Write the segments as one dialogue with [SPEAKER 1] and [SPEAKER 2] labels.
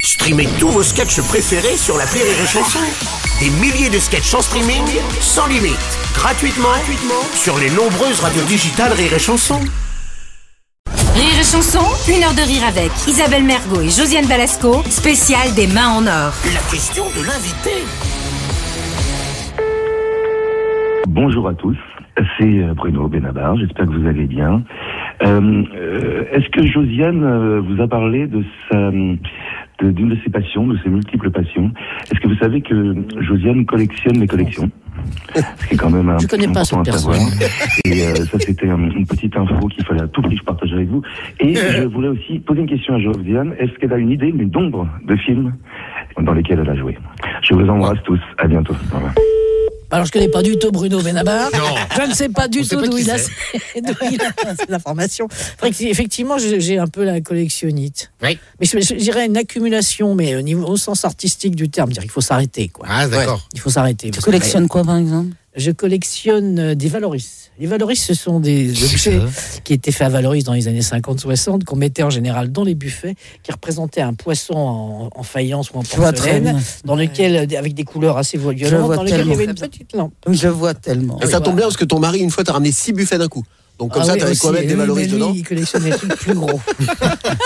[SPEAKER 1] Streamez tous vos sketchs préférés sur la Rire et Chanson. Des milliers de sketchs en streaming, sans limite, gratuitement, gratuitement sur les nombreuses radios digitales Rire et Chanson.
[SPEAKER 2] Rire et chanson, une heure de rire avec Isabelle Mergot et Josiane Balasco, spécial des mains en or.
[SPEAKER 1] La question de l'invité.
[SPEAKER 3] Bonjour à tous, c'est euh, Bruno Benabar, j'espère que vous allez bien. Euh, euh, Est-ce que Josiane euh, vous a parlé de sa de- d'une de, ses passions, de ses multiples passions Est-ce que vous savez que Josiane collectionne les collections Ce qui est quand même un
[SPEAKER 4] Je connais pas cette personne.
[SPEAKER 3] Et euh, ça, c'était un- une petite info qu'il fallait à tout prix que je partage avec vous. Et je voulais aussi poser une question à Josiane. Est-ce qu'elle a une idée, mais nombre de films dans lesquels elle a joué Je vous embrasse tous, à bientôt. Au revoir.
[SPEAKER 4] Alors, je connais pas du tout Bruno Benabar.
[SPEAKER 5] Non.
[SPEAKER 4] Je ne sais pas du
[SPEAKER 5] On sait
[SPEAKER 4] tout
[SPEAKER 5] pas
[SPEAKER 4] d'où
[SPEAKER 5] qui
[SPEAKER 4] il a
[SPEAKER 5] c'est.
[SPEAKER 4] d'où il a cette information. C'est vrai que, Effectivement, j'ai j'ai un peu la collectionnite.
[SPEAKER 5] Oui.
[SPEAKER 4] Mais je, je dirais une accumulation, mais au, niveau, au sens artistique du terme, je dirais qu'il faut s'arrêter. quoi.
[SPEAKER 5] Ah, d'accord.
[SPEAKER 4] Il faut s'arrêter.
[SPEAKER 6] Tu
[SPEAKER 4] Parce que-
[SPEAKER 6] collectionnes quoi, par exemple
[SPEAKER 4] Je collectionne euh, des valoris. Les valoris, ce sont des
[SPEAKER 5] Qu'est-ce que
[SPEAKER 4] objets
[SPEAKER 5] c'est
[SPEAKER 4] qui étaient faits à valoris dans les années 50-60, qu'on mettait en général dans les buffets, qui représentaient un poisson en, en faïence ou en
[SPEAKER 6] Je vois très
[SPEAKER 4] porcelaine,
[SPEAKER 6] bien.
[SPEAKER 4] dans lequel, euh, avec des couleurs assez
[SPEAKER 6] Je
[SPEAKER 4] violentes,
[SPEAKER 6] vois
[SPEAKER 4] dans lequel il y
[SPEAKER 6] tellement.
[SPEAKER 4] avait une petite lampe.
[SPEAKER 6] Je vois tellement.
[SPEAKER 7] Et
[SPEAKER 4] Oui,
[SPEAKER 7] ça
[SPEAKER 4] voilà.
[SPEAKER 7] tombe bien parce que ton mari, une fois, t'a ramené six buffets d'un coup. Donc comme
[SPEAKER 4] Ah
[SPEAKER 7] ça,
[SPEAKER 4] oui,
[SPEAKER 7] t'avais
[SPEAKER 4] aussi,
[SPEAKER 7] quoi mettre des
[SPEAKER 4] oui,
[SPEAKER 7] valoris
[SPEAKER 4] mais lui,
[SPEAKER 7] dedans
[SPEAKER 4] Il collectionne des trucs plus gros.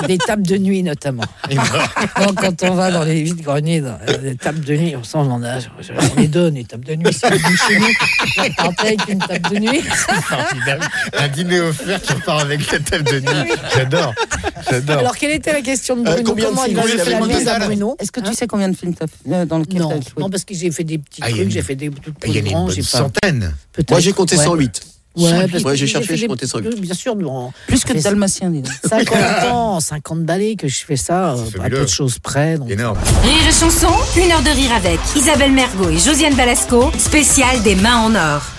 [SPEAKER 4] des tables de nuit, notamment. Donc, quand on va dans les vides greniers, dans les tables de nuit, on s'en on en a. On les donne, les tables de nuit. Si vous venez chez nous, on partait avec une table de nuit.
[SPEAKER 5] Formidable. Un dîner offert qui repart avec la table de nuit. J'adore. J'adore.
[SPEAKER 4] Alors, quelle était la question de
[SPEAKER 7] Euh,
[SPEAKER 4] Bruno
[SPEAKER 7] combien de
[SPEAKER 4] Comment il
[SPEAKER 7] films
[SPEAKER 4] va
[SPEAKER 7] vous
[SPEAKER 4] se
[SPEAKER 7] avez
[SPEAKER 4] la
[SPEAKER 7] fait
[SPEAKER 4] mise à
[SPEAKER 7] total
[SPEAKER 4] Bruno
[SPEAKER 6] Est-ce que tu sais combien de films t'as fait, euh, dans lequel
[SPEAKER 4] Hein non,
[SPEAKER 6] t'as joué
[SPEAKER 4] non, parce que j'ai fait des petits
[SPEAKER 5] Ah, il y a
[SPEAKER 4] trucs,
[SPEAKER 5] une-
[SPEAKER 4] j'ai fait des tout
[SPEAKER 5] Il y en a une
[SPEAKER 4] grands,
[SPEAKER 5] bonne
[SPEAKER 4] j'ai pas.
[SPEAKER 5] centaine.
[SPEAKER 7] Moi, j'ai compté
[SPEAKER 4] ouais.
[SPEAKER 7] 108.
[SPEAKER 4] Ouais, parce
[SPEAKER 7] Moi,
[SPEAKER 4] que
[SPEAKER 7] j'ai cherché,
[SPEAKER 4] fait
[SPEAKER 7] j'ai
[SPEAKER 4] des
[SPEAKER 7] compté
[SPEAKER 4] petits
[SPEAKER 7] 108.
[SPEAKER 4] trucs, Bien sûr, durant
[SPEAKER 6] Plus que
[SPEAKER 4] Mais-
[SPEAKER 6] Dalmatien, dis donc.
[SPEAKER 4] 50 ans, 50 balais que je fais ça, euh, à peu
[SPEAKER 5] fabuleux.
[SPEAKER 4] de choses près. donc
[SPEAKER 5] Énorme.
[SPEAKER 2] Rire et chanson, une heure de rire avec Isabelle Mergot et Josiane Balasco, spécial des mains en or.